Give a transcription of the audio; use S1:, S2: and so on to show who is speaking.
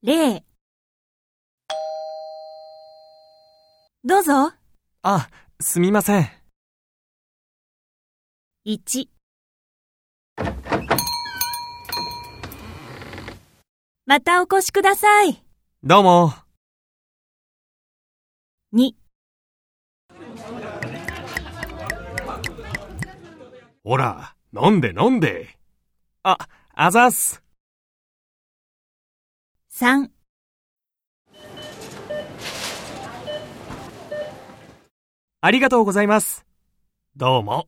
S1: 例どうぞ。
S2: あ、すみません。
S1: 1またお越しください。
S2: どうも。
S1: 2
S3: ほら、飲んで飲んで。
S2: あ、あざっす。
S1: 3
S2: ありがとうございます。
S3: どうも。